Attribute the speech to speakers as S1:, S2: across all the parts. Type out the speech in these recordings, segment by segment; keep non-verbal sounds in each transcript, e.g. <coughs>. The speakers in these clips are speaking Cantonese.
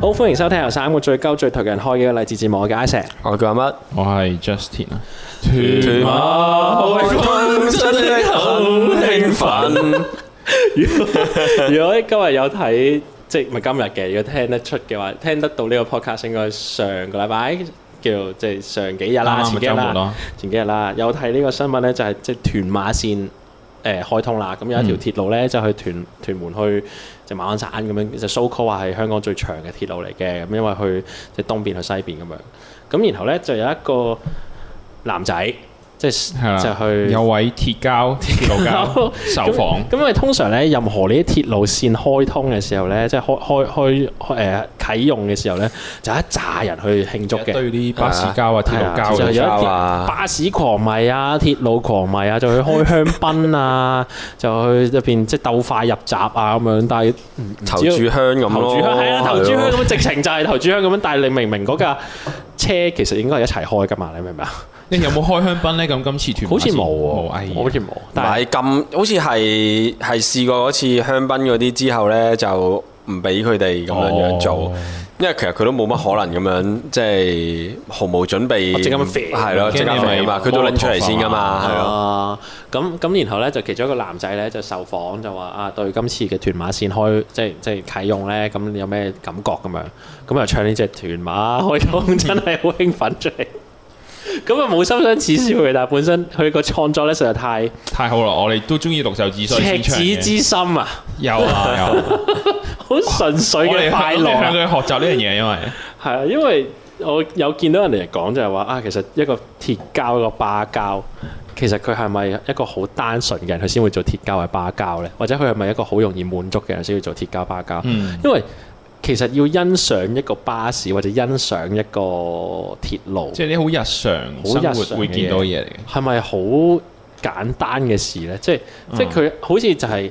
S1: 好，歡迎收聽由三個最鳩最頹嘅人開嘅勵志節目，我嘅 I 石。
S2: 我叫阿乜？
S3: 我係 Justin 啊，
S2: 屯馬開工真的好興奮，
S1: <laughs> 如果今日有睇，即係唔係今日嘅，如果聽得出嘅話，聽得到呢個 podcast 應該係上個禮拜叫即係上幾日啦，
S3: 啱啱
S1: 前幾日
S3: 咪週末
S1: 啦
S3: 咯，
S1: 前幾日啦，有睇呢個新聞咧，就係即係屯馬線。誒、開通啦，咁有一條鐵路咧，就去屯屯門去就馬鞍山咁樣，就 so call 話係香港最長嘅鐵路嚟嘅，咁因為去即係東邊去西邊咁樣，咁然後咧就有一個男仔，即
S3: 係啦，
S1: 係就去
S3: 有位鐵膠、
S1: <laughs>
S3: 鐵路膠受訪，
S1: 咁因為通常咧，任何呢啲鐵路線開通嘅時候咧，即係開開開誒、呃、啟用嘅時候咧，就一紮人去慶祝嘅。
S3: 對啲巴士膠啊、鐵
S1: 係
S3: 路
S1: 啊，就有一
S3: 膠嘅，
S1: 啲
S2: 膠啊
S1: 巴士狂迷啊、鐵路狂迷啊，就去開香檳啊， <laughs> 就去入邊即係鬥快入閘啊咁樣。但係
S2: 投注香咁
S1: 投
S2: 咯，
S1: 豬香係啦，啊投豬香咁
S2: 係咯
S1: 樣直情就係投豬香咁樣。但係你明唔明嗰架車其實應該係一齊開㗎嘛？你明唔明啊？
S3: 你有冇開香檳咧？咁今次團
S1: 好似冇喎
S3: 冇，哎，呀
S1: 我好似冇。
S2: 唔
S1: 但係
S2: 係咁，好似係係試過嗰次香檳嗰啲之後咧，就唔俾佢哋咁樣樣做
S3: 哦，
S2: 因為其實佢都冇乜可能咁樣，即係毫無準備，
S1: 即刻咁射
S2: 係咯，哦即刻
S3: 驚你咪
S2: 飛啊嘛，佢都拎出嚟先噶嘛，係咯，
S1: 啊，咁咁然後咧就其中一個男仔咧就受訪就話啊，對今次嘅屯馬線開即係即係啟用咧，咁有咩感覺咁樣？咁又唱呢只屯馬開通，真係好興奮出嚟。咁啊冇心想恥笑佢，但係本身佢個創作咧實在太
S3: 太好啦！我哋都中意綠袖子，所
S1: 赤
S3: 以先唱
S1: 子
S3: 嘅。
S1: 之心啊，
S3: 有
S1: <laughs>
S3: 啊有，
S1: 好純粹
S3: 我哋
S1: 嘅快
S3: 快
S1: 樂
S3: 樂
S1: 啊
S3: 向佢學習呢樣嘢，因為
S1: 係啊，因為我有見到人哋講就係話啊，其實一個鐵膠一個巴膠，其實佢係咪一個好單純嘅人佢先會做鐵膠或者巴膠咧？或者佢係咪一個好容易滿足嘅人先會做鐵膠巴膠？
S3: 嗯
S1: 因為其實要欣賞一個巴士或者欣賞一個鐵路，
S3: 即係啲好日常生活會見到嘅嘢嚟嘅。
S1: 係咪好簡單嘅事咧？即係
S3: 嗯
S1: 即係佢好似就係、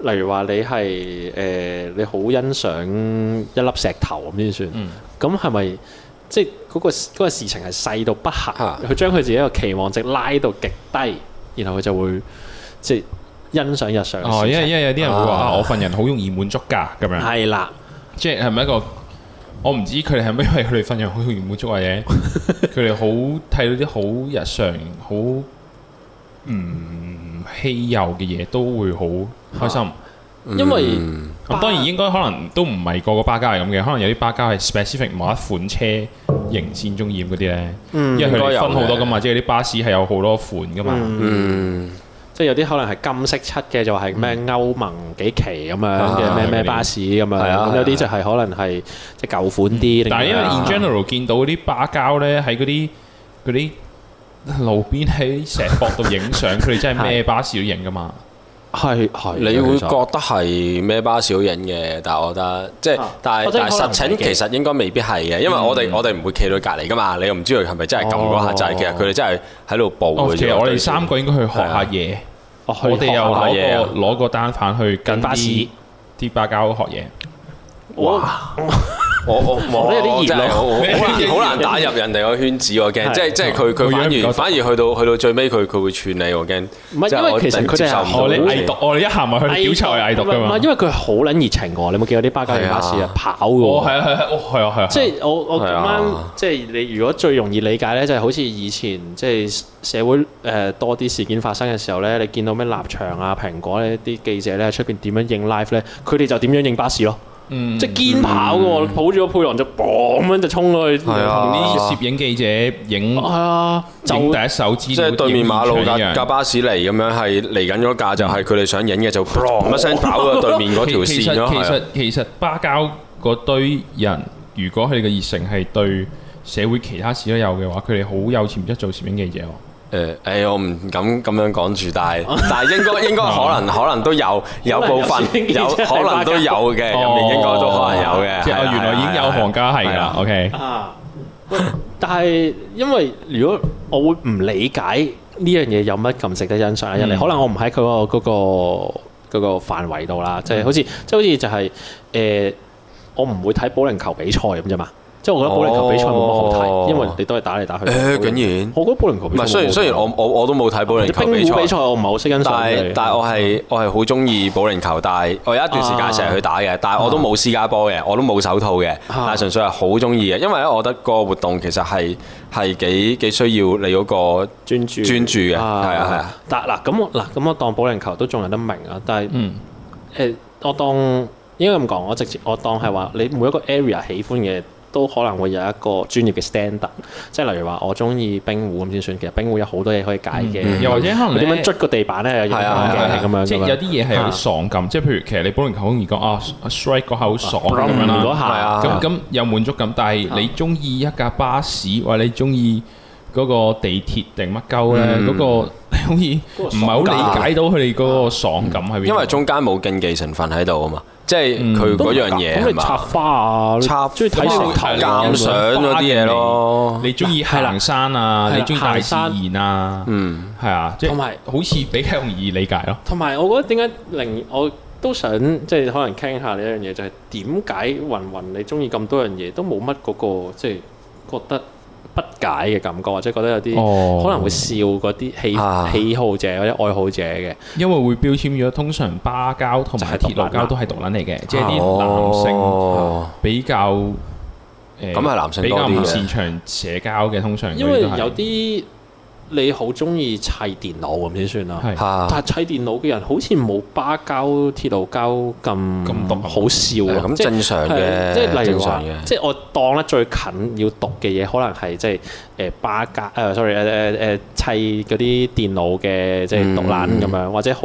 S1: 例如話你係誒、呃你好欣賞一粒石頭咁先算。
S3: 嗯，
S1: 咁係咪即係嗰個嗰個事情係細到不行
S2: 啊？
S1: 佢將佢自己個期望值拉到極低，然後佢就會即係欣賞日常嘅
S3: 哦，
S1: 事
S3: 因
S1: 情
S3: 為因為有啲人會話
S2: 啊
S3: 啊，我份人好容易滿足㗎咁樣。
S1: 係啦，
S3: 即係係咪一個？我唔知佢哋係咪因為佢哋份人好容易滿足或者佢哋好睇到啲好日常、好唔稀有嘅嘢都會好開心。
S1: 因為
S2: 嗯
S3: 咁、當然應該可能都唔係個個巴膠係咁嘅，可能有啲巴膠係 specific 某一款車型先中意咁嗰啲咧，因為佢哋分好多噶嘛，即係啲巴士係有好多款噶嘛。
S2: 嗯。
S1: 即係有啲可能係金色漆嘅，就
S3: 嗯
S1: 係咩歐盟幾期咁樣嘅
S2: 啊
S1: 咩咩
S3: 係
S1: 巴士咁樣，
S2: 係啊
S1: 咁有啲就係可能係即係舊款啲。
S3: 嗯但係因為
S1: 定係啊
S3: in general 見到啲巴膠咧喺嗰啲嗰啲路邊喺石壆度影相，佢哋真係咩巴士都影噶嘛。
S1: 係係，
S2: 你會
S1: 其實
S2: 覺得係咩巴小影嘅，但係我覺得即係
S1: 啊，
S2: 但係
S1: 或者
S2: 但係
S1: 可能
S2: 實
S1: 唔係嘅
S2: 情其實應該未必係嘅，因為
S3: 嗯
S2: 我哋我哋唔會企到隔離噶嘛，你又唔知佢係咪真係撳嗰下
S1: 哦
S2: 掣，其實佢哋真係喺度報
S3: 哦，
S2: 嘅
S3: 其
S2: 啫。
S3: 實我哋三個應該去學下嘢，
S1: 哦
S2: 啊
S1: 去
S3: 我哋
S1: 學
S3: 又
S1: 校
S2: 學下嘢
S3: 攞
S2: 啊
S3: 個攞個單反去跟
S1: 巴士
S3: 啲啲巴交學嘢。
S2: 哇！我我我
S1: 我都有啲熱
S2: 真
S1: 咯
S2: 係好好好難打入人哋個圈子，我驚，
S1: 係
S2: 即係即係佢佢
S3: 個樣唔
S2: 反
S3: 夠
S2: 而
S3: 熟
S2: 反而去到去到最尾，佢佢會串你，我驚。
S1: 唔係
S2: 即
S1: 因為
S2: 我
S1: 其實佢哋係
S2: 接受唔到
S1: 好
S3: 我哋
S1: 好
S3: 偽毒，我哋一行埋去屌臭係偽毒噶
S1: 唔
S3: 嘛
S1: 係。因為佢好撚熱情喎，你有冇見過啲巴交電巴士
S2: 係
S1: 啊
S2: 啊
S1: 跑嘅
S3: 哦，
S1: 喎？
S3: 係啊係啊，哦係啊係啊。
S1: 即係我我咁
S2: 係
S1: 啱
S2: 啊，
S1: 即係你如果最容易理解咧，就係好似以前即係社會誒、呃多啲事件發生嘅時候咧，你見到咩立場啊、蘋果呢啲記者咧喺出邊點樣應 live 咧，佢哋就點樣應巴士咯，
S3: 嗯
S1: 即係堅跑嘅喎，抱住個背囊就砰咁樣就衝咗去，
S2: 嗯係啊
S3: 同啲攝影記者影
S1: 係啊，就
S3: 影第一手資料，
S2: 即係對面馬路
S3: 影現場一
S2: 架
S3: 樣
S2: 架巴士嚟咁樣，係嚟緊嗰架就係佢哋想影嘅，就砰一聲跑咗對面嗰條
S3: 哦其
S2: 線咯。
S3: 其
S2: 係啊
S3: 實其實其實巴交嗰堆人，如果佢哋嘅熱誠係對社會其他事都有嘅話，佢哋好有潛質做攝影記者喎。
S2: 誒誒，呃哎我唔敢咁樣講住，但
S3: <laughs>
S2: 係但係應該應該可
S3: 哦
S2: 能可能都有有部分
S1: 可能有
S2: 有
S1: 先
S2: 可能都有嘅，入面應該都可能有嘅。
S3: 哦即係我
S2: 係啊
S3: 原來已經有行家係㗎
S2: 係
S3: 啦哦
S2: 啊。
S3: OK，
S1: 啊！但係因為如果我會唔理解呢樣嘢有乜咁值得欣賞啊？一嚟、
S3: 嗯
S1: 可能我唔喺佢嗰個嗰、個嗰、個範圍
S2: 嗯
S1: 呃度啦，即係好似即係好似就係、誒、我唔會睇保齡球比賽咁啫嘛。即係我覺得保齡球比賽冇乜好
S2: 哦
S1: 睇，因為你都係打嚟打去。
S2: 誒竟然
S1: 我覺得保齡球比
S2: 唔
S1: 賽
S2: 係，雖然
S1: 冇
S2: 雖然我我我都冇睇保齡
S1: 啲
S2: 球
S1: 冰
S2: 比
S1: 壺比賽
S2: 賽，
S1: 我唔係好識欣賞
S2: 但係
S1: 嘅
S2: 但係我係我係好中意保齡球，但係我有一段時
S3: 啊
S2: 間成日去打嘅，但係我都冇私家波嘅，我都冇手套嘅，
S3: 啊
S2: 但係純粹係好中意嘅，因為咧我覺得個活動其實係係幾幾需要你嗰個
S1: 專注
S2: 專注嘅係啊係啊。
S1: 但嗱咁我嗱咁我當保齡球都仲有得明啊，但係
S3: 嗯，
S1: 誒我當應該咁講，我直接我當係話你每一個 area 喜歡嘅。都可能會有一個專業嘅 standard，即係例如話我中意冰壺咁先算。其實冰壺有好多嘢可以解嘅，
S2: 嗯
S3: 又或者可能
S1: 佢
S3: 咧
S1: 點樣捽個地板咧有影響
S2: 係啊係啊係啊
S1: 嘅咁樣
S3: 即
S1: 㗎
S3: 係
S1: 嘛
S3: 有啲嘢係有啲
S1: 嚇
S3: 爽感，即係譬如其實你保齡球好容易講啊，strike 嗰下好爽咁樣啦。
S1: 嗰
S2: 係啊
S1: 下，
S3: 咁咁有滿足感，但係你中意一架巴士或者你中意嗰個地鐵定乜鳩咧？
S2: 嗯
S3: 嗰個你好似唔係好理解到佢哋嗰個爽感喺邊。
S2: 因為中間冇競技成分喺度啊嘛，即係佢嗰樣嘢
S1: 咁
S2: 係
S1: 你插
S2: 嘛，
S1: 花啊，你
S2: 插
S1: 中意睇
S2: 花
S1: 石頭啊
S2: 鑑
S1: 咁樣
S2: 賞嗰啲嘢咯，
S3: 你中意行山啊，
S1: 係啦
S3: 你中意大自然啊，
S2: 嗯。
S3: 係啊，即係
S1: 同埋
S3: 好似比較容易理解咯。
S1: 同埋我覺得點解令我都想即係可能傾下呢一樣嘢，就係點解雲雲你中意咁多樣嘢都冇乜嗰個即係覺得不解嘅感覺，或者覺得有啲
S3: 哦
S1: 可能會笑嗰啲喜
S2: 啊
S1: 喜好者或者愛好者嘅。
S3: 因為會標籤咗，通常巴膠同埋
S1: 就
S3: 鐵
S1: 係
S3: 路
S1: 獨
S3: 膠
S1: 立
S3: 都係獨撚嚟嘅，即係啲男性
S2: 哦，
S3: 比較誒，咁
S2: 咁係男性
S3: 比
S2: 多
S3: 較
S2: 啲
S3: 唔
S2: 嘅
S3: 擅長社交嘅，通常
S1: 因為
S3: 佢哋都係
S1: 有啲你好中意砌電腦咁先算啦。
S3: 係
S2: 嚇
S1: 但係砌電腦嘅人好似冇巴膠、鐵路膠咁
S3: 咁獨
S1: 好笑啊！
S2: 咁
S1: 即係
S2: 正常
S1: 係
S2: 嘅，
S1: 即係例
S2: 正
S1: 如
S2: 常
S1: 話
S2: 嘅，。
S1: 即係我當得最近要讀嘅嘢，可能係即係誒巴膠誒，sorry 誒誒誒砌嗰啲電腦嘅即係獨
S2: 嗯
S1: 撚咁樣，或者好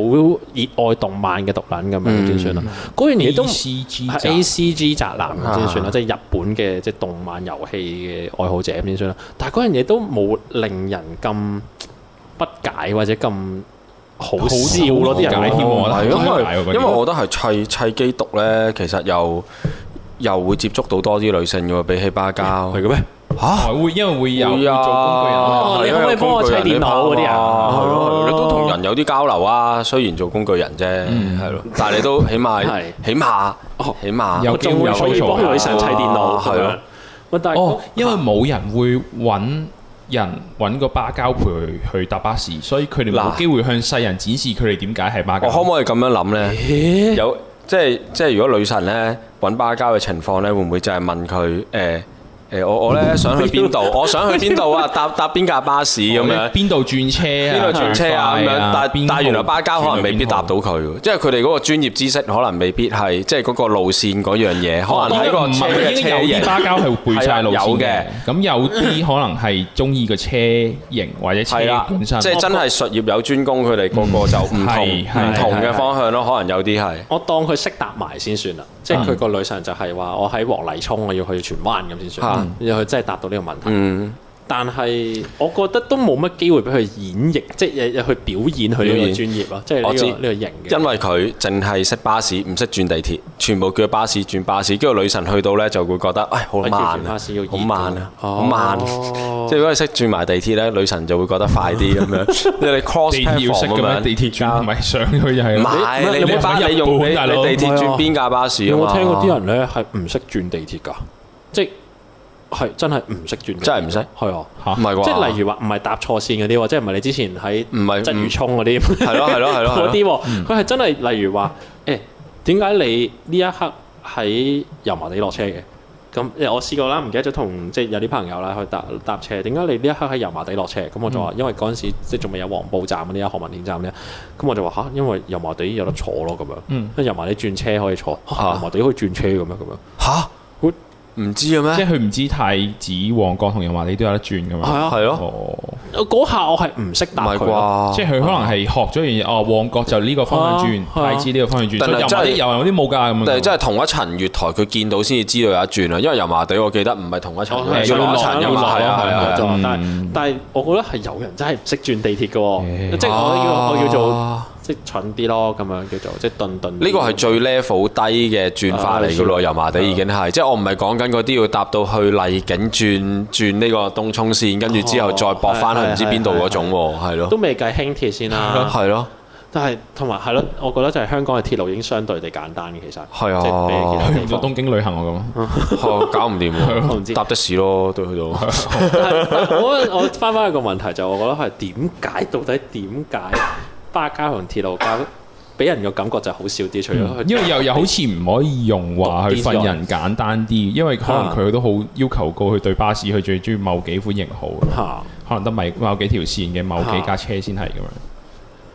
S1: 熱愛動漫嘅獨撚咁
S2: 嗯
S1: 樣先算啦。嗰樣嘢都
S3: ACG
S1: 係
S3: 集
S1: A C G 宅男咁先算啦，
S2: 啊
S1: 即係日本嘅即係動漫遊戲嘅愛好者咁先算啦。但係嗰樣嘢都冇令人咁不解或者咁好笑咯，啲人
S3: 好解添喎
S1: 哦
S3: 我覺
S2: 係
S3: 得中
S2: 因
S3: 間解喎嗰啲
S2: 為因為我覺得係砌砌機讀咧，其實又又會接觸到多啲女性嘅喎，比起巴膠
S1: 係嘅咩？
S2: 嚇。
S3: 哦會因為會有
S2: 會啊
S3: 會做工具人啊，
S1: 哦你可唔可以幫我砌電腦嗰啲啊
S2: 係咯，係咯
S1: 哦
S2: 你都同人有啲交流啊。雖然做工具人啫，係咯，但係你都起碼
S1: 係
S2: 起碼起碼
S3: 有
S1: 我仲會可以幫女神砌電腦咁樣。喂，但係
S3: 哦，因為冇人會揾人揾個巴交陪佢去搭巴士，所以佢哋冇
S2: 嗱
S3: 機會向世人展示佢哋點解係巴交。
S2: 我可唔可以咁樣諗呢？有即係即係，如果女神呢揾巴交嘅情況呢，會唔會就係問佢誒誒我我咧
S3: <laughs>
S2: 想去邊度？我想去邊度啊？搭搭邊架巴士咁
S3: 咁
S2: 樣
S3: 樣？邊度轉車
S2: 邊
S3: 啊？
S2: 度轉車啊？咁
S3: 最快
S2: 樣，但
S3: 邊
S2: 但原來巴交可能未必
S3: 邊度
S2: 答到佢喎，即係佢哋嗰個專業知識可能未必係即係嗰個路線嗰樣嘢，可啊能喺個
S3: 唔
S2: 車
S3: 係
S2: 嘅
S3: 已經
S2: 車
S3: 有
S2: 型
S3: 啲。巴交係會背晒路線嘅
S2: 係，啊
S3: 咁有啲可能係中意個車型或者車
S2: 係啦，
S3: 本身。
S2: 即係真係術業有專攻，佢哋個個就唔同
S3: 係係
S2: 唔同嘅方向咯，可能有啲係。
S1: 我當佢識答埋先算啦，即係佢個女神就係話我喺黃泥涌，我要去荃灣咁先算
S2: 嗯，
S1: 然後佢真係答到呢個問題。
S2: 嗯，
S1: 但係我覺得都冇乜機會俾佢演繹，即係日日去表演佢呢個專業咯，即係呢
S2: 我知
S1: 個呢個型嘅。
S2: 因為啊佢淨係識巴士，唔識轉地鐵，全部叫佢巴士轉巴士，跟住女神去到呢，就會覺得，唉，好慢
S1: 轉
S2: 啊
S1: 巴士要，熱
S2: 好慢啊，
S1: 哦
S2: 好慢。即係如果你識轉埋地鐵呢，女神就會覺得快啲咁
S1: <laughs>
S2: 樣，即係你 cross
S3: 地鐵要識
S2: platform 咁
S3: 嘅咩？
S2: 樣
S3: 地。鐵轉唔係上去就係
S2: 唔
S3: 咯。
S2: 係你
S3: 你
S2: 你
S3: 有冇
S2: 巴
S3: 睇日
S2: 你用你
S3: 本大佬
S2: 你地鐵
S1: 唔係
S2: 轉
S1: 啊
S2: 邊架巴士啊
S1: 有
S2: 嘛？
S1: 冇聽過啲人咧係唔識轉地鐵㗎？即係係真係唔識轉地鐵，
S2: 真係唔識
S1: 係啊！
S3: 嚇
S2: 唔係啩？
S1: 即係例如話唔係搭錯線嗰啲喎，即係唔係你之前喺
S2: 唔係
S1: 鰂魚涌嗰啲
S2: 係咯係咯係嗯咯
S1: 嗰啲喎，佢係真係例如話誒點解你呢一刻喺油麻地落車嘅？咁誒我試過啦，唔記得咗同即係有啲朋友啦去搭搭車，點解你呢一刻喺油麻地落車？咁我就
S2: 嗯
S1: 話因為嗰陣時即係仲未有黃埔站嗰啲啊，何文田站咧，咁我就話吓，因為油麻地有得坐咯咁樣，
S3: 嗯
S1: 因為油麻地轉車可以坐，
S2: 啊
S1: 嚇油麻地可以轉車咁樣咁樣。
S2: 吓，唔知嘅
S3: 即係
S2: 咩？
S3: 佢唔知太子、旺角同油麻地都有得轉咁樣。
S1: 係啊
S2: 係咯，
S3: 哦，
S1: 嗰下我係唔識
S2: 唔
S1: 答
S2: 係
S1: 佢咯。
S2: 啩？
S3: 即係佢可能係學咗樣嘢，哦，旺角就呢個方向轉，
S1: 啊
S3: 太子呢個方向轉，
S2: 哦但
S3: 所以油
S2: 係
S3: 麻
S2: 真係
S3: 地又有啲冇㗎咁樣。
S2: 但係真係同一層月台，佢見到先至知道有一轉啊！因為油麻地，我記得唔係同一層
S1: 哦，
S2: 嘅，
S1: 係要
S2: 要落一
S1: 落
S2: 層
S1: 要
S2: 油
S1: 落
S2: 麻
S1: 咯係
S2: 地
S1: 啊
S2: 啊，
S1: 就
S2: 係
S1: 話
S2: 啊。
S1: 但係但係，我覺得係有人真係唔識轉地鐵嘅喎，
S3: 嗯
S1: 即係我
S2: 啊
S1: 叫我叫做即係蠢啲咯，咁樣叫做即係頓頓。
S2: 呢個係最 level 低嘅轉法嚟嘅咯，油麻地已經係，
S1: 啊
S2: 即係我唔係講緊嗰啲要搭到去麗景轉轉呢個東涌線，跟住之後再駁翻去唔知邊度嗰種喎，係
S1: 都
S2: 咯，
S1: 未計輕鐵先啦，
S2: 係咯，
S1: 但但係同埋係咯，我覺得就係香港嘅鐵路已經相對地簡單嘅，其實
S2: 係啊
S1: 即係比起其他
S3: 去唔
S1: 地
S3: 到
S1: 方
S2: <laughs>
S3: 東京旅行我咁啊，
S2: 哦搞唔掂
S1: <laughs> 我唔知
S2: 喎，搭的士咯，都
S1: <laughs>
S2: 去到。
S1: 我我翻翻一個問題就，我覺得係點解到底點解巴加同鐵路交俾人個感覺就好笑啲，除咗
S2: 啊
S1: 佢
S2: 嗯
S3: 因為又又好似唔可以用話去訓人簡單啲，因為可能
S2: 啊
S3: 佢都好要求高，佢對巴士佢最中意某幾款型號，
S1: 嚇，
S3: 可能得咪某幾條線嘅某幾架車先係咁樣。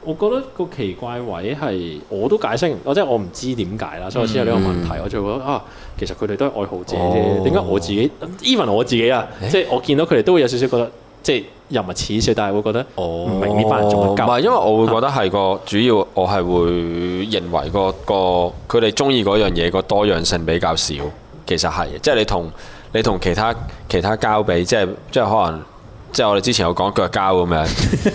S1: 我覺得個奇怪位係我都解釋唔，我即係我唔知點解啦，所以我先有呢個問題，我就覺得啊，其實佢哋都係愛好者
S2: 嗯哦
S1: 啫，點解我自己 even 我自己啊，即係我見到佢哋都會有少少覺得，即係又唔係恥笑，但係會覺得唔明呢班人做
S2: 哦
S1: 乜
S2: 唔
S1: 鳩
S2: 係，因為我會覺得係個主要，我係會認為個個佢哋中意嗰樣嘢個多樣性比較少。其實係，即係你同你同其他其他交比，即係即係可能，即係我哋之前有講腳交咁樣。
S1: <laughs>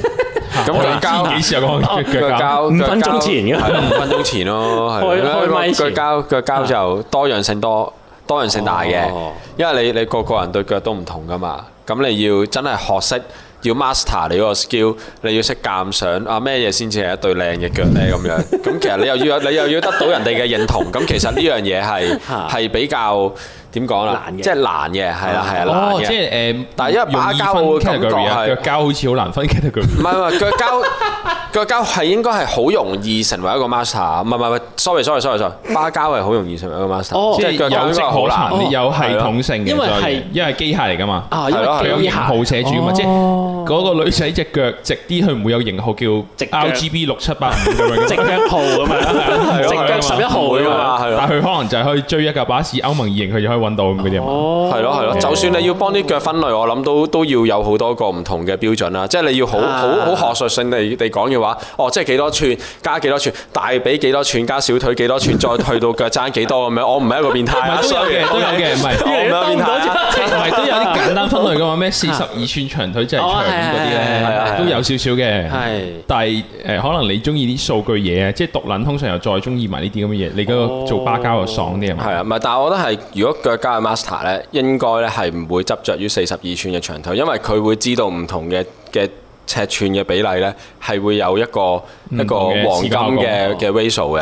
S2: 咁腳 <laughs> 交哦
S3: 幾時有講腳
S2: 腳
S3: 交？哦
S2: 交
S1: 五分鐘前嘅
S2: 係咯五分鐘前咯，係
S1: 開開咪
S2: 腳
S1: 前
S2: 交腳交就多樣性多多樣性大嘅
S1: 哦，
S2: 因為你你個個人對腳都唔同噶嘛，咁你要真係學識要 master 你嗰個 skill，你要識鑑賞啊咩嘢先至係一對靚嘅腳咧咁樣，咁其實你又要你又要得到人哋嘅認同，咁其實呢樣嘢係
S1: 嚇
S2: 係比較點講啦
S1: 難，嘅
S2: 即係難嘅，係啦係啦難
S3: 哦，即
S2: 嘅。
S3: 係誒，
S2: 但係因為
S3: 容
S2: 把
S3: 易
S2: 交
S3: 分
S2: 我嘅感覺
S3: category 啊，
S2: 係
S3: 腳交好似好難分 <laughs> category。
S2: 唔係唔係，腳
S3: <laughs>
S2: 膠腳膠係應該係好容易成為一個 master，唔係唔係唔係，sorry sorry sorry sorry，巴膠係好容易成為一個 master，、
S1: 哦
S2: 即係腳膠
S3: 有
S2: 應
S3: 跡
S2: 該係好
S3: 可
S2: 難。哦
S3: 尋，有系統性嘅，
S1: 因為係
S3: 因為機械嚟噶嘛。
S1: 啊，哦
S2: 係咯哦係
S3: 佢
S1: 因
S3: 有
S1: 為
S3: 型
S1: 幾下
S3: 號寫住噶嘛，即係嗰個女仔只腳直啲，佢唔會有型號叫
S1: 直腳
S3: RGB 六七八五咁樣㗎
S1: 直
S3: 嘛。
S1: 腳號咁樣，
S3: 咯
S1: 直腳
S3: 係咯
S1: 十一號
S2: 會
S1: 咁
S2: 㗎
S1: 樣
S2: 嘛，。係咯
S3: 但佢可能就係可以追一架巴士歐盟二型，佢就可以揾到咁嗰啲啊嘛。
S1: 哦
S2: 係咯係咯，
S1: <laughs>
S2: 就算你要幫啲腳分類，我諗都都要有好多個唔同嘅標準啦。即係你要好
S1: 啊
S2: 好好學術性地地講嘅話，哦，即係幾多寸加幾多寸，大髀幾多寸加小腿幾多寸，再去到腳踭幾多咁樣。我唔係一個變態
S3: 唔
S2: 啊
S3: 係都有嘅，都有
S2: <laughs>
S3: 嘅，唔係。
S2: 我唔係一個變態啊。 <laughs>
S3: 即係唔係都有啲簡單分類噶嘛？咩四十二寸長腿即係長嗰啲
S1: 哦係係
S3: 咧
S2: 係，係
S3: 都有少少
S1: <laughs>
S3: 嘅。
S1: 係
S3: 但係誒，可能你中意啲數據嘢啊，即係獨撚通常又再中意埋呢啲咁嘅嘢，你嗰個做巴交又爽啲啊嘛。
S2: 係啊，唔係，但係我覺得係，如果腳加嘅 master 咧，應該咧係唔會執着於四十二寸嘅長腿，因為佢會知道唔同嘅嘅尺寸嘅比例咧，係會有一個一個
S3: 同嘅
S2: 黃
S3: 視
S2: 金
S3: 覺效果
S2: 嘅嘅ratio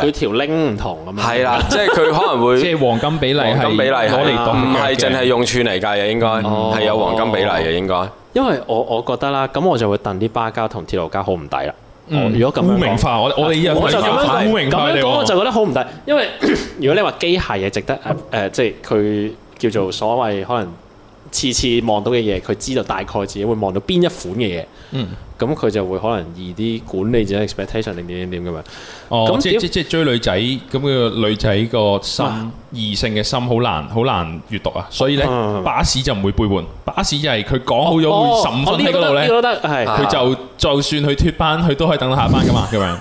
S1: 佢
S2: 嘅，
S1: 條 link 唔同咁樣。
S2: 係啦，即係佢可能
S3: <laughs>
S2: 會
S3: 即係黃金比例係
S2: 黃金比例
S3: 攞
S2: 係
S3: 嚟當
S2: 唔係淨係用寸嚟計嘅，應該
S1: 哦
S2: 係有黃金比例嘅，應該。
S1: 因為我我覺得啦，咁我就會戥啲巴交同鐵路交好唔抵啦。我如果咁
S3: 嗯污
S1: 樣
S3: 名
S1: 講，
S3: 化，我我哋有
S1: 我就咁樣
S3: 污
S1: 講
S3: 名
S1: 咁
S3: 化
S1: 樣
S3: 你
S1: 講我
S3: 喎
S1: 就覺得好唔抵，因為 <coughs> 如果你話機械嘢值得誒、呃即係佢叫做所謂可能次次望到嘅嘢，佢知道大概自己會望到邊一款嘅嘢，
S3: 嗯，
S1: 咁佢就會可能易啲管理自己 expectation 定點點點咁樣。
S3: 哦，
S1: 咁
S3: 即
S1: 點
S3: 即即追女仔，咁個女仔個
S1: 啊
S3: 心異性嘅心好難好難閲讀啊，所以咧
S1: 嗯
S3: 巴士就唔會背叛，巴士就係佢講好咗會十五
S1: 哦
S3: 分喺嗰度
S1: 呢
S3: 咧
S1: 個，都得，呢個都得係
S2: 啊
S3: 佢就就算佢脱班，佢都可以等到下一班噶
S1: <laughs>
S3: 嘛，咁樣。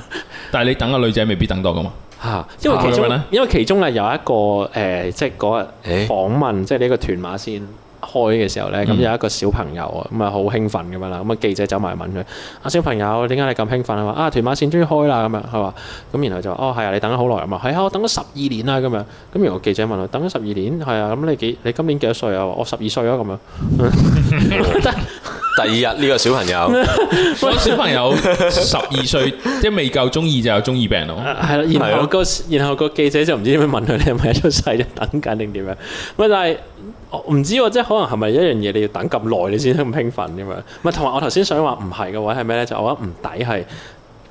S3: 但係你等個女仔未必等到噶嘛，
S1: 嚇，因為其
S3: 啊咁樣
S1: 中
S3: 呢
S1: 因為其中係有一個誒、呃即係嗰日
S2: 誒
S1: 訪問，即係呢個屯馬先開嘅時候咧，咁、
S3: 嗯
S1: 有一個小朋友啊，咁啊好興奮咁樣啦，咁啊記者走埋問佢：啊小朋友，點解你咁興奮啊？話啊屯馬線終於開啦咁樣，佢話咁然後就話哦係啊，你等咗好耐啊嘛，係啊，我等咗十二年啦咁樣，咁然後記者問佢等咗十二年係啊，咁你幾你今年幾多歲啊？話我十二歲啊咁樣，
S2: 第二日呢個小朋友
S3: 所以小朋友十二歲即係未夠中意就有中意病咯。
S1: 啊係啦，然後個然後個記者就唔知點樣問佢，你係咪出世就等緊定點樣？喂，但係我唔知喎，即係可能係咪一樣嘢你要等咁耐你先咁興奮咁樣？唔係，同埋我頭先想話唔係嘅位係咩咧？就我覺得唔抵係，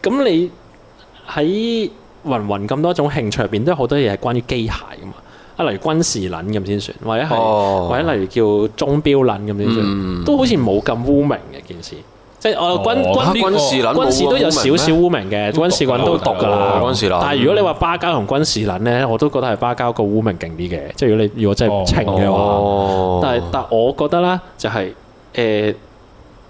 S1: 咁你喺雲雲咁多種興趣入邊，都有好多嘢係關於機械噶嘛。啊，例如軍事撚咁先算，或者係、
S2: 哦
S1: 或者例如叫鐘錶撚咁先算，
S2: 嗯
S1: 都好似冇咁污名嘅件事。即係我 <laughs> 軍、
S3: 哦
S1: 軍
S3: 呢個
S2: 軍事撚
S1: 軍事都有少少污名嘅，
S3: 都讀
S1: 軍事棍都讀㗎啦。
S2: 哦軍事撚
S1: 但係如果你話巴交同軍事撚咧，我都覺得係巴交個污名勁啲嘅。即係如果你如果真係情嘅話，
S2: 哦
S1: 但係但係我覺得啦，就係、誒、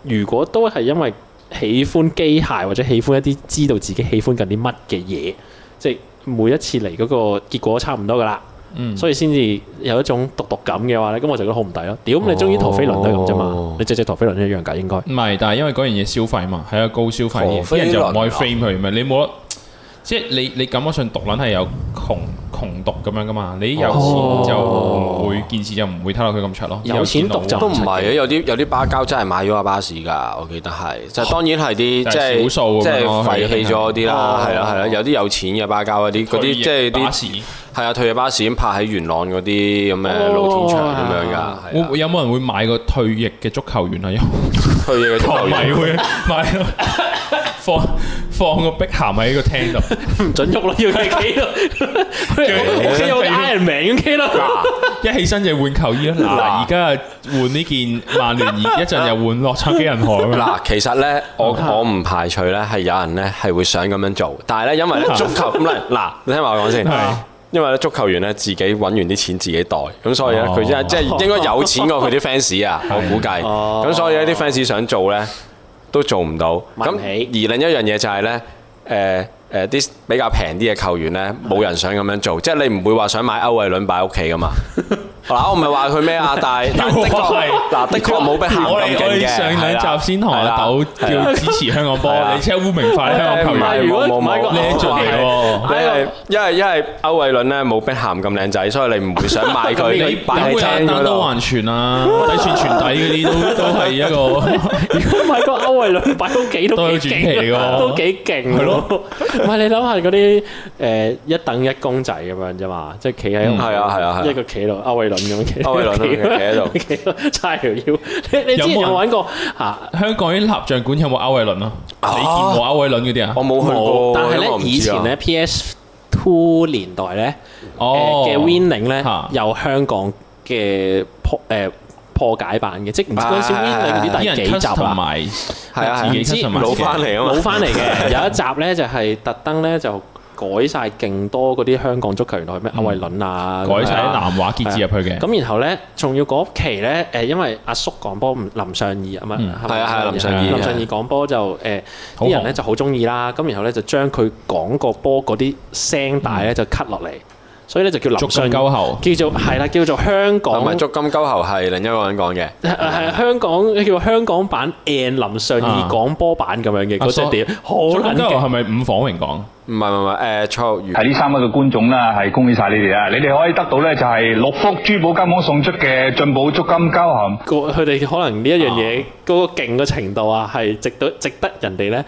S1: 如果都係因為喜歡機械或者喜歡一啲知道自己喜歡緊啲乜嘅嘢，即係每一次嚟嗰個結果差唔多㗎啦。
S3: 嗯，
S1: 所以先至有一種獨獨感嘅話咧，咁我就覺得好唔抵咯。屌，咁你中意陀飛輪都係咁啫嘛
S2: 哦，
S1: 你隻隻陀飛輪都一樣㗎，應該。
S3: 唔係，但係因為嗰樣嘢消費嘛，係一個高消費嘅嘢，
S2: 陀飛
S3: 啲
S2: 輪
S3: 人就唔可以 frame 佢嘛。你冇得，即係你你感覺上獨撚係有窮窮讀咁樣噶嘛，你有錢就
S1: 哦
S3: 會件事就唔會睇落佢咁出咯。
S1: 有錢讀就
S2: 都唔係嘅，有啲有啲巴交真係買咗架巴士㗎，我記得係，就當然係啲即
S3: 但係
S2: 係
S3: 少數咁
S2: 即係
S3: 樣咯
S2: 廢棄咗啲啦
S1: 哦，
S2: 係啦係啦，有啲有錢嘅巴交嗰啲嗰啲即係
S3: 巴
S2: 啲
S3: 士
S2: 係啊，退嘅巴士已經泊喺元朗嗰啲咁嘅露天場咁樣㗎，
S3: 會
S2: 係
S3: 唔
S2: 啊
S3: 會有冇人會買個退役嘅足球員啊？有
S2: 退嘅
S3: 球
S2: 球
S3: 迷
S2: 員
S3: 會買個放放個碧咸喺個廳
S1: <laughs>
S3: 度，
S1: 唔准喐啦，要佢企度，屋企有個 Iron Man 咁企咯。
S3: 一起身就換球衣啦。嗱，而家換呢件曼聯，而一陣又換洛杉磯銀河咁樣。
S2: 嗱，其實咧，我我唔排除咧係有人咧係會想咁樣做，但係咧因為咧足球咁咧，嗱，你聽埋我講先
S3: 係。
S2: 因為咧足球員咧自己揾完啲錢自己袋，咁所以咧
S3: 哦
S2: 佢真係即係應該有錢過佢啲 fans 啊，我估計。
S1: 哦
S2: 咁所以咧啲 fans 想做咧都做唔到。
S1: 買
S2: 咁
S1: 唔
S2: 而
S1: 起
S2: 另一樣嘢就係咧，誒誒啲比較平啲嘅球員咧，冇人想咁樣做，即係你唔會話想買歐惠倫擺喺屋企噶嘛。嗱，我唔係話佢咩啊，但係但係的確嗱的確冇碧咸
S3: 我哋
S2: 咁
S3: 我
S2: 勁
S3: 哋
S2: 嘅。
S3: 上兩集先同阿豆
S2: 係啦係啦
S3: 叫支持香港波
S2: 係，啊啦
S3: 你即係污名化啲香港球
S1: 唔係
S3: 員
S1: 如，果
S2: 冇冇冇
S1: 買個
S3: 你做嘢喎。
S2: 你係因為因為歐惠倫咧冇碧咸咁靚仔，所以你唔會想買佢，你擺喺廳
S3: 簡單
S2: 嗰
S3: 都
S2: 度。
S3: 還傳啊，底傳傳底
S2: <laughs>
S3: 嗰啲都都係一個 <laughs>
S1: 如果買個歐惠倫擺屋企
S3: 都
S1: 都
S3: 有
S1: 幾
S3: 轉期
S1: 勁啊
S3: 㗎喎
S1: 都幾勁
S3: 係
S1: 喎
S3: 咯。
S1: 唔係你諗下嗰啲誒一等一公仔咁樣啫嘛，即係企喺
S3: 嗯
S2: 係啊係啊係啊
S1: 一個企度歐惠倫咁樣企，
S2: 歐惠倫啊
S1: 企 <laughs> 企喺度，叉條腰。你你之前有玩過嚇？
S3: 香港啲蠟像館有冇歐偉倫啊？你
S2: 啊
S3: 見過歐偉倫嗰啲啊
S2: 我？冇去
S1: 冇
S2: 過，，
S1: 但係
S2: 因為
S1: 咧
S2: 我唔知啊
S1: 以前咧 PS Two 年代咧，
S3: 哦
S1: 誒呃嘅 Winning 咧
S3: 嚇
S1: 有香港嘅破誒破解版嘅，即係唔知嗰陣時
S2: 啊
S1: Winning 啲
S3: 啲人
S1: 第幾集
S3: custom
S1: 啦，
S3: 埋
S2: 係啊，
S3: 自己
S2: 係
S1: 知
S3: custom 埋
S2: 啊攞翻嚟啊
S1: 冇
S2: 嘛。
S1: 翻嚟
S3: <laughs>
S1: 嘅。有一集咧就係特登咧就改晒勁多嗰啲香港足球員落去咩歐惠倫啊，
S3: 改晒
S1: 咁樣
S3: 啲
S1: 啊
S3: 南華傑字入去
S2: 啊
S3: 嘅。
S1: 咁然後咧，仲要嗰期咧，誒，因為阿叔講波唔林尚義啊嘛，
S3: 嗯
S1: 係
S2: 係啊係啊
S1: 咪
S2: 林尚義
S1: 林尚義講波就誒，
S3: 好
S1: 啲人
S3: 紅
S1: 咧就好中意啦。咁然後咧就將佢講個波嗰啲聲帶咧就 cut 落嚟，所以咧就叫
S3: 足
S1: 林尚
S3: 咁嗯鳩
S1: 義，
S3: 後，
S1: 叫做係啦，叫做香
S2: 同埋
S1: 港
S2: 足金鳩喉係另一個人講嘅，
S1: 係係香港叫香港版 and 林尚義講波版咁樣嘅嗰
S3: 啊
S1: 隻
S3: 所
S1: 碟，好
S3: 足
S1: 撚
S3: 咁鳩
S1: 勁。
S3: 後係咪伍晃榮講？
S2: 唔係唔係唔係誒蔡玉如
S4: 係呢三位嘅觀眾啦，係恭喜晒你哋啦！你哋可以得到咧就係六福珠寶金行送出嘅進寶足金膠含。
S1: 個佢哋可能呢一樣
S3: 啊
S1: 嘢嗰個勁嘅程度啊，係值得值得人哋咧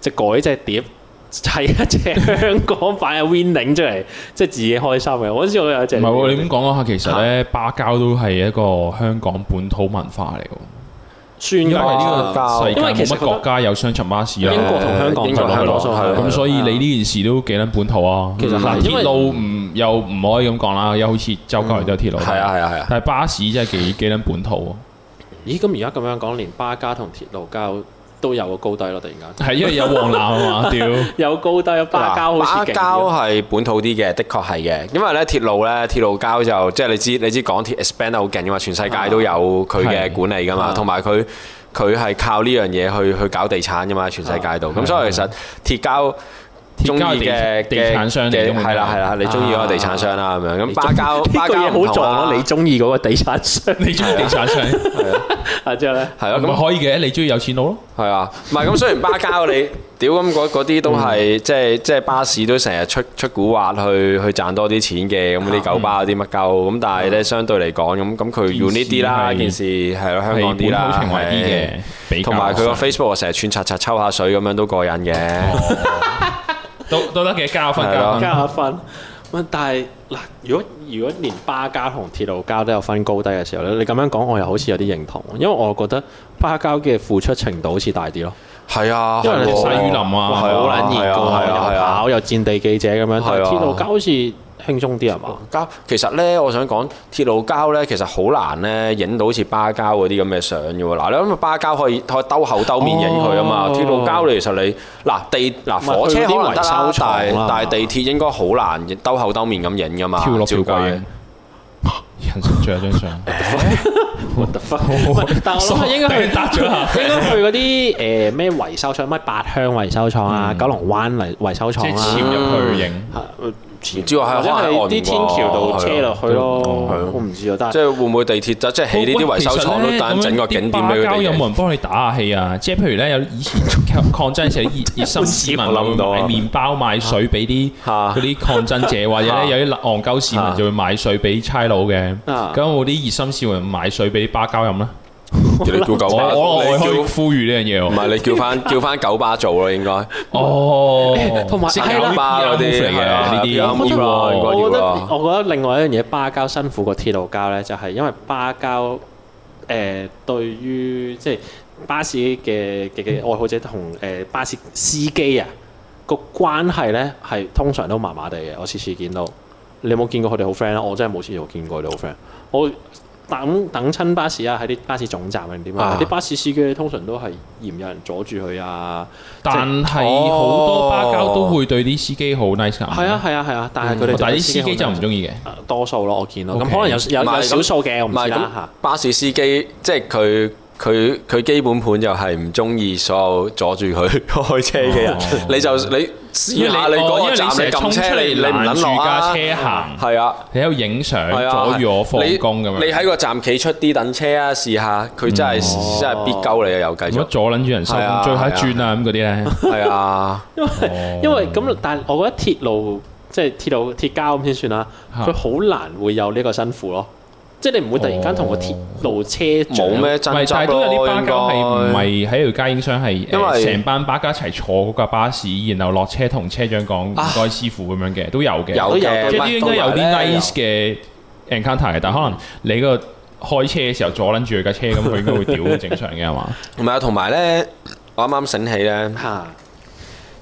S1: 就改隻碟。砌一隻香港版嘅 Winning 出嚟，即係自己開心嘅。我嗰陣時我有一隻，
S3: 唔係喎，你咁講嗰下，其實咧巴交都係一個香港本土文化嚟喎。
S1: 算
S3: 因為
S1: 㗎啦。
S3: 呢個世界
S1: 因為其
S3: 冇
S1: 實
S3: 乜國家有雙層巴士啦。啊
S1: 英國同香港
S2: 英國
S3: 係
S2: 香
S3: 咯
S2: 港
S1: 多數係啊
S2: 係
S3: 咁所以你呢件事都幾撚本土啊！
S1: 其實係
S3: 嗱
S1: 因為
S3: 鐵路唔又唔可以咁講啦，又好似周街都有鐵路。
S2: 係啊係啊係啊，
S3: 但係巴士真係幾幾撚本土
S1: 咦？咁而家咁樣講，連巴加同鐵路交都有個高低咯，突然
S3: 喎，
S1: 間
S3: 係因為有黃藍啊
S1: <laughs>
S3: 嘛，屌！
S1: 有高低，啊巴加好
S2: 巴
S1: 似勁
S2: 膠
S1: 啲。啊
S2: 係本土啲嘅，的確係嘅。因為咧鐵路咧鐵路膠就即係你知你知港鐵 expand 得好勁噶嘛，全世界都有佢嘅
S3: 係
S2: 管理噶嘛，
S1: 啊
S2: 同埋佢佢係靠呢樣嘢去去搞地產噶嘛，全世界度。咁所以其實鐵膠。中
S3: 鐵
S2: 意
S3: 膠係地
S2: 嘅
S3: 地產商嚟
S2: 嘅
S3: 嘅嘛
S2: 係啦係啦，你中意嗰個地產商啦咁樣，咁巴膠
S1: 呢
S2: 巴
S1: 句
S2: 膠
S1: 嘢
S2: 唔
S1: 好
S2: 同
S1: 撞
S2: 啊
S1: 咯，你中意嗰個地產商 <laughs>
S3: 你中意地產商
S1: 啊？之後咧，
S2: 係咯，
S3: 咁咪
S2: 咁
S3: 可以嘅，你中意有錢佬咯。
S2: 係啊，唔係咁雖然巴膠你 <laughs> 屌咁嗰嗰啲都係即係即係巴士都成日出出古惑去去賺多啲錢嘅，咁啲九巴嗰啲乜鳩，咁但係咧相對嚟講咁咁佢要呢啲啦，件
S3: 件
S2: 事
S3: 事
S2: 係咯香
S3: 係
S2: 港
S3: 本
S2: 啲啦，
S3: 土情懷啲
S2: 係
S3: 嘅，比較
S2: 同埋佢個
S3: 上
S2: Facebook 成日串刷刷抽下水咁樣都過癮嘅，
S3: 都都得嘅，加下分
S2: 係
S3: 加
S2: 咯
S3: 下分
S1: 加。下分。喂，但係嗱，如果如果連巴交同鐵路交都有分高低嘅時候咧，你咁樣講，我又好似有啲認同，因為我覺得巴交嘅付出程度好似大啲咯。
S2: 係啊，
S1: 因為你
S2: 係喎
S3: 曬雨淋啊
S2: 係
S1: 好撚熱
S2: 係
S1: 㗎，
S2: 啊係啊係
S1: 又
S2: 啊
S1: 跑又戰地記者咁樣，但係
S2: 係啊
S1: 鐵路交好似輕鬆啲係嘛？
S2: 膠其實咧，我想講鐵路膠咧，其實好難咧影到好似巴膠嗰啲咁嘅相嘅喎。嗱，你諗下巴膠可以可以兜口兜面影佢啊嘛，
S1: 哦
S2: 鐵路膠你其實你嗱地嗱
S1: 咪
S2: 火車
S1: 去嗰
S2: 可能得
S1: 啲
S2: 啦
S1: 維修，廠
S2: 但係
S1: 啦
S2: 但係地鐵應該好難兜口兜面咁影噶嘛，
S3: 跳落
S2: 照
S3: 條
S2: 計
S3: 櫃。 <laughs> 人生最後張相，
S1: <laughs> 但 <laughs> 我 <laughs> 諗應該去
S3: 搭咗啦。
S1: <laughs> 應該去嗰啲誒咩維修廠，咩八鄉維修廠啊、九龍灣維維修
S3: 嗯即
S1: 廠
S3: 係潛
S1: 啊，
S3: 入去影，
S1: 係知，
S2: 知喎喺
S1: 或者
S2: 可能喺
S1: 係啲
S2: 岸喎
S1: 天橋度車落去咯，
S3: 哦
S2: 係咯
S1: 我唔知啊，但
S2: <laughs> 即
S1: 係
S2: 係會唔會地鐵就即係起呢啲維修廠都單整個景點俾佢
S3: 啲巴膠有冇
S2: 哋
S3: 人幫你打下氣啊？即係譬如咧，有以前抗抗爭社
S2: <laughs>
S3: 熱熱心市民
S2: 我諗到啊
S3: 會買麵包買水俾啲
S2: <laughs> 嚇
S3: 嗰啲抗爭者，或者咧有啲戇鳩市
S2: 嚇
S3: 民就會買水俾差佬嘅。
S1: 啊
S3: 咁有冇啲熱心市民買水俾啲巴膠飲咧？
S2: 叫你叫
S3: 我
S2: 九巴，
S3: 我我
S2: 你
S3: 可以
S2: 叫
S3: 呼籲呢樣嘢
S2: 唔
S3: 喎。
S2: 係你叫翻叫翻九巴做咯，應該
S3: 哦，
S2: <laughs>
S1: 同埋
S3: 識
S1: 係
S3: 搞
S1: 啦
S2: 九巴嗰啲
S3: 嚟嘅呢
S2: 係啊
S3: 啲，
S1: 我覺得
S2: 要啊應該
S1: 我覺得
S2: 要啊
S1: 我覺得另外一樣嘢，巴膠辛苦過鐵路膠咧，就係因為巴膠誒對於即係巴士嘅嘅嘅愛好者同誒巴士司機啊個關係咧，係通常都麻麻地嘅。我次次見到，你有冇見過佢哋好 friend 啊咧？我真係冇次次見過佢哋好 friend。我等等親巴士啊，喺啲巴士總站定點啊
S2: 啊？
S1: 啲巴士司機通常都係嫌有人阻住佢啊。
S3: 但係好
S2: 哦
S3: 多巴膠都會對啲司機好 nice 㗎。
S1: 係啊，係啊係啊，但係佢哋
S3: 嗯但係
S1: 對
S3: 啲司機就唔中意嘅。
S1: 誒多數咯，我見咯。咁
S3: OK
S1: 可能有有
S2: 唔係
S1: 有
S2: 咁
S1: 少數嘅，我
S2: 唔
S1: 唔
S2: 係
S1: 知
S2: 咁
S1: 啦嚇。
S2: 巴士司機，即係佢佢佢基本盤就係唔中意所有阻住佢 <laughs> 開車嘅人
S3: 哦，
S2: 你就你試下你
S3: 因為
S2: 嗰個
S3: 因為
S2: 站
S3: 成
S2: 你
S3: 日
S2: 撳
S3: 衝出
S2: 車，
S3: 嚟
S2: 你你唔
S3: 攔
S2: 撚
S3: 住
S2: 落
S3: 架
S2: 啊？
S3: 車行，
S2: 係啊。
S3: 你喺度影相
S2: 係啊，
S3: 阻住我放
S2: 你
S3: 工咁樣。
S2: 你喺個站企出啲等車啊，試下佢真係
S1: 嗯
S2: 真係必鳩你啊！又繼
S3: 如果
S2: 續
S3: 阻撚住人收
S2: 係
S3: 工，
S2: 啊
S3: 最後一轉啊咁嗰啲咧，
S2: 係啊，
S1: 因為因為咁，但係我覺得鐵路即係鐵路鐵膠咁先算啦。
S3: 嚇
S1: 佢好難會有呢個辛苦咯。即係你唔會突然間同個鐵路車長
S2: 冇咩
S3: 唔係
S2: 爭，執
S3: 但係都有啲
S2: 咯，
S3: 巴
S2: 應
S3: 膠係唔
S2: 該。
S3: 係喺條街影相係
S2: 因為
S3: 誒成班巴膠一齊坐嗰架巴士，然後落車同車長講唔該師傅咁樣嘅都有嘅，
S2: 有
S1: 都有
S2: 嘅，
S3: 即係啲應該有
S2: 同
S3: 啲
S2: 埋呢
S3: nice 嘅 encounter 嘅，但係可能你個開車嘅時候阻撚住佢架車，咁佢應該會屌正常嘅
S2: <laughs>
S3: 係嘛？
S2: 唔係啊，同埋咧，我啱啱醒起咧，
S1: 嚇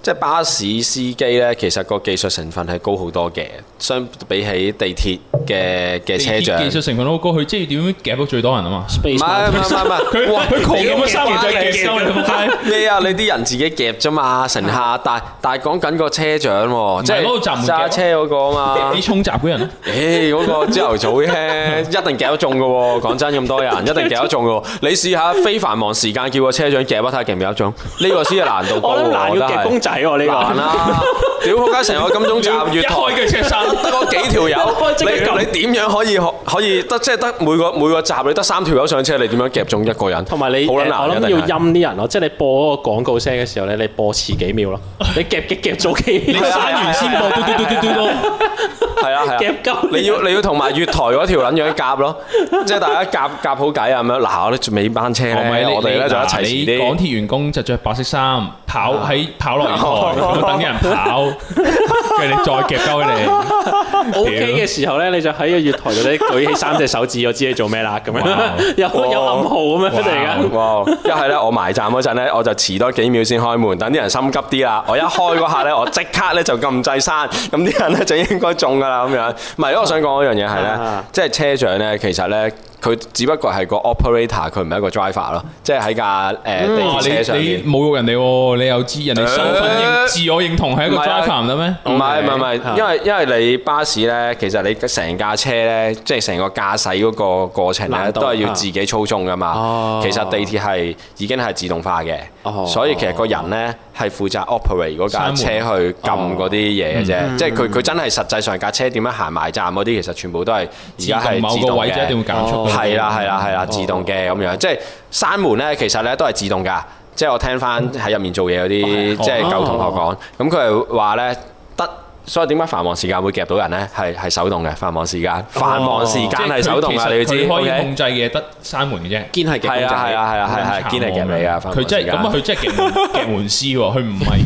S2: 即係巴士司機咧，其實個技術成分係高好多嘅，相比起地鐵嘅嘅車長。
S3: 技術成分都好高，佢即係點樣夾到最多人啊嘛？
S2: 唔
S1: space
S2: 係唔係唔
S1: mountain
S3: <laughs>
S2: 係唔係，
S3: 佢
S2: 哇
S3: 佢狂
S2: 你
S3: 咁樣三
S2: 夾
S3: 條仔夾收你仆街，
S2: 咩 <laughs> 啊？你啲人自己夾啫嘛，乘客，但但係講緊個車長喎，即
S3: 唔係嗰個站
S2: 係
S3: 門
S2: 揸
S3: 夾
S2: 車嗰個啊嘛
S3: <laughs> 你。衝閘嗰人咯。
S2: 誒嗰個朝頭早咧，一定夾得中嘅
S3: <laughs>
S2: 喎。講真，咁多人一定夾得中嘅喎。你試下非繁忙時間叫個車長夾一睇下夾唔夾得中，呢個先係難度高
S1: 我
S2: 喎。
S1: 諗難要
S2: 覺得
S1: 夾
S2: 係
S1: 公仔喎呢
S2: 難
S1: 個。
S2: 啦！屌仆街，成個金鐘站月
S3: 一
S2: 台
S3: 開。佢隻衫，
S2: 得嗰幾條友
S1: 開，即刻撳
S2: 你你點樣可以可可以得即係得每個每個集你得三條友上車，你點樣夾中一個人？
S1: 同埋你誒
S2: 好
S1: 我
S2: 撚難嘅
S1: 諗
S2: 一定
S1: 要
S2: 係
S1: 陰啲人咯，即係你播嗰個廣告聲嘅時候咧，你播遲幾秒咯，你夾極夾早幾 <laughs>
S2: <laughs>
S3: 你
S1: 秒，
S3: 刪完先播，嘟嘟嘟嘟嘟嘟。
S2: 係啊係啊，
S1: 夾鳩你
S2: 你要你要同埋月台嗰條撚樣夾咯，即係大家夾夾好計啊咁樣。嗱，我哋尾班
S1: 哦
S2: 車咧，我哋咧就一齊
S3: 嗱
S2: 遲
S3: 你港
S2: 啲。
S3: 鐵員工就着白色衫，跑喺跑
S2: <laughs>
S3: 落月台，咁等人跑，跟住你再夾鳩佢哋。
S1: O K 嘅時候咧，你就喺個月台度咧舉起三隻手指，我知你做咩啦咁
S3: 哇
S1: 樣， <laughs> 有有暗號咁樣突
S3: 啊
S1: 然間。
S2: 哇！啊一係咧，我埋站嗰陣咧，我就遲多幾秒先開門，等啲人心急啲啦。我一開嗰下咧，我即刻咧就撳掣閂，咁啲人咧就應該中噶啦咁樣。唔係，因為我想講嗰樣嘢係咧
S1: 啊，
S2: 即係車長咧，其實咧佢只不過係個 operator，佢唔係一個 driver 咯，即係喺架 <laughs> 誒地
S3: 哇！
S2: 鐵
S3: 你
S2: 車上面。
S3: 你侮辱人哋喎，你又知人哋身份認
S2: 誒
S3: 自我認同係一個
S2: 唔係啊
S3: driver 唔得咩？
S2: 唔係唔係唔係，
S3: 啊
S1: 係
S2: 因為因為你巴士咧，其實你成架車咧，即係成個駕駛嗰個過程咧，
S1: 難度
S2: 都
S3: 啊
S2: 係要自己操縱噶嘛
S1: 哦。
S2: 其實地鐵係已經係自動化嘅，
S1: 哦
S2: 所以其實個人咧係負責 operate 嗰架車
S3: 閂
S2: 去撳嗰啲嘢嘅
S3: 嗯
S2: 啫。即係佢佢真係實際上架車點樣行埋站嗰啲，其實全部都係而
S3: 自
S2: 家係
S3: 動某
S2: 自
S3: 個
S2: 動
S3: 位就一定
S2: 嘅
S3: 會。減速
S1: 哦
S3: 㗎嘛。
S2: 係啦係啦係啦，自動嘅咁樣，即係閂門咧，其實咧都係自動㗎。即係我聽翻喺入面做嘢嗰啲，
S3: 哦
S2: 即係舊同學講，咁佢係話咧得。所以點解繁忙時間會夾到人咧？係係手動嘅繁忙時間，繁忙時間
S3: 即係
S2: 係
S3: 佢
S2: 手動
S3: 其實
S2: 㗎，你要
S3: 佢
S2: 知。
S3: 可以
S2: OK？
S3: 控制嘅得閂門嘅啫。
S1: 堅係
S2: 係啊係啊係啊係啊，堅係夾你啊！繁忙
S3: 佢真係
S2: 時
S3: 咁
S2: 間
S3: 啊！佢
S2: <laughs>
S3: 真係夾門夾門師喎，佢唔係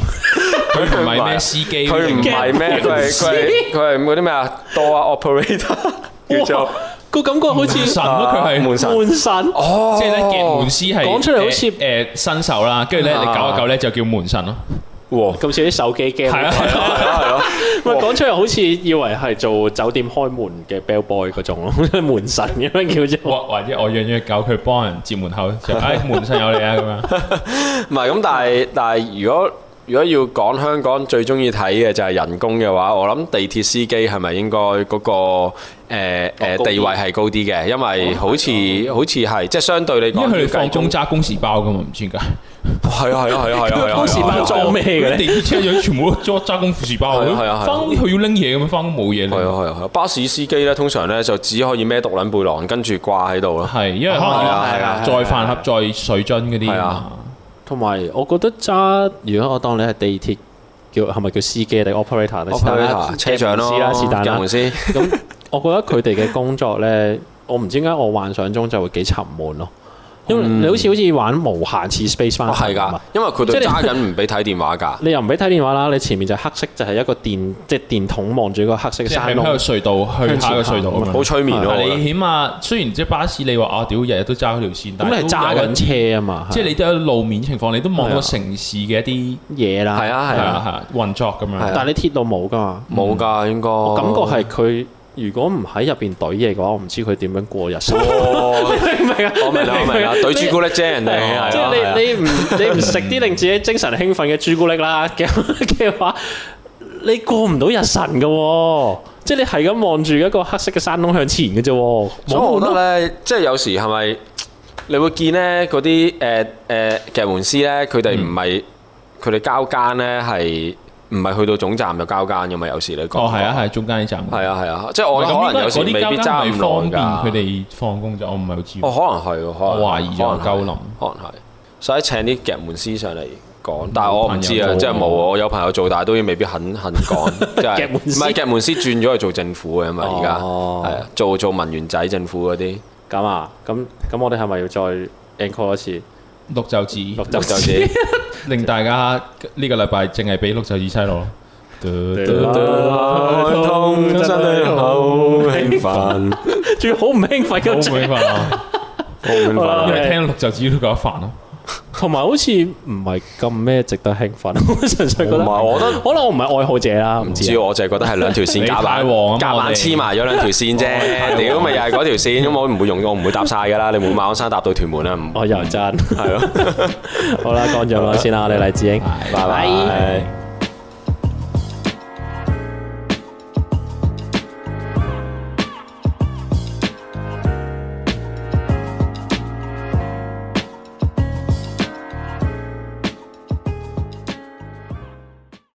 S3: 佢唔係咩司機，
S2: 佢唔係咩？佢係佢係佢係嗰啲咩啊？多啊 operator 叫做
S1: 哇個感覺好似
S3: 神咯，佢係
S2: 門神
S1: 門神。
S2: 哦，
S3: 即係咧夾門師係
S1: 講出嚟好似
S3: 誒新手啦，跟住咧你九啊九咧就叫門神咯，
S2: 哇！
S1: 咁似啲手機 game，
S3: 係啊係啊
S2: 係咯係
S1: <laughs>
S2: 咯。
S1: 喂，講出嚟好似以為係做酒店開門嘅 bell boy 嗰種咯， <laughs> 門神咁樣叫做。
S3: 或或者我養咗只狗，佢 <laughs>
S2: <laughs>
S3: 幫人接門口就誒門神有你啊咁樣，
S2: 唔係咁，但係但係如果如果要講香港最中意睇嘅就係人工嘅話，我諗地鐵司機係咪應該嗰、個誒、呃呃
S1: 高啲
S2: 地位係高啲嘅？因為好似、好似係即係相對你講，
S3: 因為佢哋放工揸公事包噶嘛，唔知點解。
S2: 係啊係啊係啊係啊係啊，
S1: 公事包
S3: <laughs>
S1: 裝咩嘅咧？
S3: 地鐵車樣全部都揸公事包，
S2: 係
S3: 佢
S2: 啊係啊係啊
S3: 翻工佢要拎嘢咁樣，翻工冇嘢
S2: 係啊
S3: 拎。
S2: 係啊係啊，巴士司機咧通常咧就只可以孭獨撚背囊，跟住掛喺度咯。
S3: 係，因為可
S1: 係啊
S3: 能
S1: 係啊
S3: 要再飯盒、再水樽嗰啲
S2: 係
S3: 啊
S2: 啊
S3: 嘛。
S1: 同埋我覺得揸，如果我當你係地鐵叫係咪叫司機定 operator 定是但啦
S2: Operator，車長
S1: 入門師
S2: 咯，
S1: 啦是但
S2: 入
S1: 啦
S2: 門。師
S1: 咁我覺得佢哋嘅工作咧，我唔知點解我幻想中就會幾沉悶咯，因為你好似好似玩無限次 space 翻
S2: 哦係㗎，因為佢
S1: 即係
S2: 哋
S1: 你
S2: 揸緊唔俾睇電話
S3: <laughs>
S2: 㗎。
S1: 你又唔俾睇電話啦，你前面就黑色，就係一個電即係電筒望住個黑色嘅
S3: 即係
S1: 山
S3: 喺個
S1: 窿，
S3: 隧道去下個隧道咁樣啊
S2: 好催眠咯，
S3: 但
S2: 我覺
S3: 你
S2: 得
S3: 起碼雖然即係巴士，你話啊屌，日日都揸嗰條線，但
S1: 咁你係揸
S3: 緊，
S1: 緊車啊嘛，
S3: 即係你都有路面情況，你都望
S1: 係
S3: 到
S1: 啊
S3: 城市嘅一
S1: 你嘢啦，
S2: 係，啊
S3: 啲係
S2: 係啊
S3: 啊，係啊運作咁樣。
S2: 係啊哦
S1: 但係你鐵路冇噶嘛，
S2: 冇㗎應該。
S1: 我感覺係佢如果唔喺入邊懟嘢嘅話，我唔知佢點樣過日
S3: <laughs>
S1: 生活。
S2: 哦
S1: 你明唔明啊？
S2: 我明啦，我明啦，對朱古力啫，人哋
S3: 哦
S1: 即
S2: 係啊係
S1: 係
S2: 啊
S1: 你你唔你唔食啲令自己精神興奮嘅朱古力啦 <laughs> 嘅嘅話，你過唔到日神嘅喎，即係你係咁望住一個黑色嘅山窿向前嘅啫喎，
S2: 所以我覺得咧，即係有時係咪你會見咧嗰啲誒誒劇門師咧，佢
S3: 嗯
S2: 哋唔係佢哋交更咧係唔係去到總站就交更嘅嘛？有時你講
S3: 哦，係啊，係中間呢站。
S2: 係啊係啊，即係我覺得
S3: 咁
S2: 可
S3: 應該
S2: 能有時
S3: 嗰
S2: 未
S3: 啲
S2: 必
S3: 交
S2: 揸
S3: 更係
S2: 唔
S3: 方便
S2: 耐㗎
S3: 佢。哋放工就我唔係好知。
S2: 哦，可能係喎，可能
S3: 我懷疑咗
S2: 可能係
S3: 鳩林
S2: 可能係，所以請啲劇門師上嚟講，但係我唔知
S3: 嗯朋
S2: 啊，
S3: 友做
S2: 即係冇我有朋友做，但係都未必肯肯
S3: <laughs>
S2: 講，即係
S1: 劇門師
S2: 唔係劇門師轉咗去做政府嘅嘛，而家
S1: 哦
S2: 係啊，做做文員仔政府嗰啲，
S3: <laughs>
S1: 咁啊，咁咁我哋係咪要再 encore 一次
S3: 綠
S1: 六
S2: 就
S3: 袖子，
S1: 集
S2: 就啲
S1: 先？
S3: 令大家呢個禮拜淨係俾綠袖子西咯。
S2: 啊
S1: 開通真係好興
S3: 啊
S2: 奮，
S1: 仲要好唔興奮
S3: 好
S1: 嘅
S3: 冇
S2: <laughs>
S3: 辦法，
S2: 好興
S1: 好啦
S3: 因
S2: 奮啊
S3: 為聽綠袖子都覺得煩咯。
S1: 同埋好似唔係咁咩值得興奮， <laughs> 我純粹覺得，
S2: 唔係我覺得
S1: 可能我唔係愛好者啦，唔
S2: 唔
S1: 知
S2: 知
S1: 啊。
S2: 我就係覺得係兩條線夾
S3: <laughs> 你太
S2: 埋
S3: 旺啊嘛
S2: 夾
S3: 我
S2: 硬
S3: 哋
S2: 黐埋咗兩條線 <laughs> 啫，屌咪又係嗰條線，咁我唔會用，我唔會搭晒㗎啦，你冇馬鞍山搭到屯門啦，
S1: 哦
S2: 唔 <laughs>
S1: 我又真，
S2: 係咯，
S1: 好啦，講咗我先啦，我哋黎智英。
S2: 拜拜。